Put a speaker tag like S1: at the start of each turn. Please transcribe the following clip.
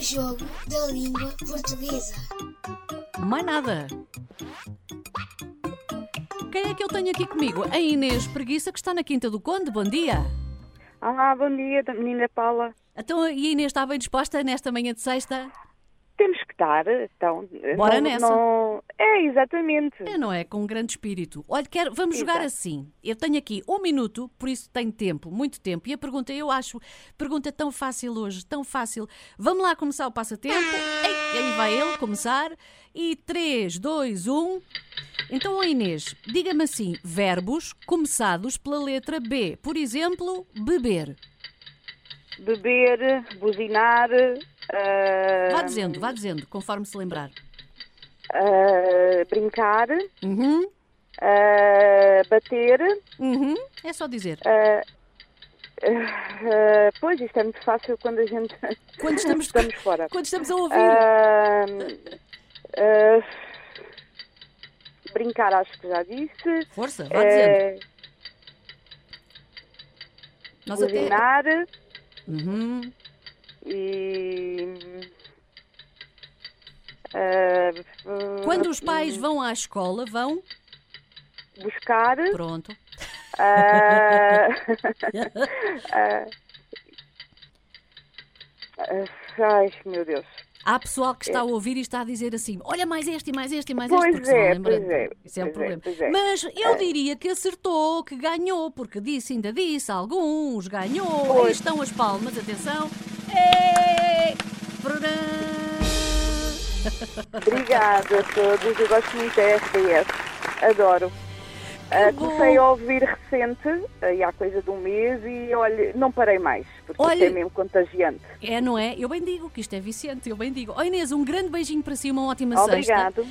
S1: jogo da língua portuguesa.
S2: Mais nada. Quem é que eu tenho aqui comigo? A Inês Preguiça, que está na Quinta do Conde. Bom dia.
S3: Olá, Ah, bom dia, da menina Paula.
S2: Então, e a Inês está bem disposta nesta manhã de sexta?
S3: Temos que estar, então.
S2: Bora
S3: não,
S2: nessa.
S3: não- É, exatamente.
S2: É, não é? Com um grande espírito. Olha, quero, vamos jogar
S3: Exato.
S2: assim. Eu tenho aqui um minuto, por isso tenho tempo, muito tempo. E a pergunta, eu acho, pergunta tão fácil hoje, tão fácil. Vamos lá começar o passatempo. Ei, aí vai ele começar. E 3, 2, 1. Então, ó Inês, diga-me assim: verbos começados pela letra B. Por exemplo, beber.
S3: Beber, buzinar. ah,
S2: Vá dizendo, vá dizendo, conforme se lembrar.
S3: ah, brincar.
S2: Uhum,
S3: ah, bater.
S2: uhum. É só dizer.
S3: ah, ah, pois, isto é muito fácil quando a gente.
S2: Quando estamos,
S3: estamos fora.
S2: quando estamos a ouvir.
S3: Ah, ah, brincar, acho que já disse.
S2: Força, vá dizendo.
S3: Ah,
S2: Nós até.
S3: buzinar.
S2: Uhum.
S3: E. ah,
S2: Quando os pais vão à escola, vão.
S3: Buscar.
S2: Pronto.
S3: ah, ah, ah, ai, meu Deus.
S2: Há pessoal que está a ouvir e está a dizer assim: olha, mais este, e mais este, e mais este,
S3: Pois
S2: porque se não
S3: é,
S2: lembra.
S3: pois é,
S2: Isso é um
S3: pois é,
S2: problema.
S3: pois é.
S2: Mas eu diria que acertou, que ganhou, porque disse, ainda disse, alguns, ganhou. Aí
S3: Pois.
S2: estão as palmas, atenção. É. Ei! Prorã!
S3: Obrigada a todos. Eu gosto muito da RDS. Adoro. Ah,
S2: bom.
S3: comecei a ouvir recente, aí há coisa de um mês, e olha, não parei mais, porque isto
S2: Olha-
S3: é mesmo contagiante.
S2: É, não é? Eu bem digo que isto é Vicente, eu bem digo. Oh Inês, um grande beijinho para si, uma ótima sexta.
S3: Obrigado.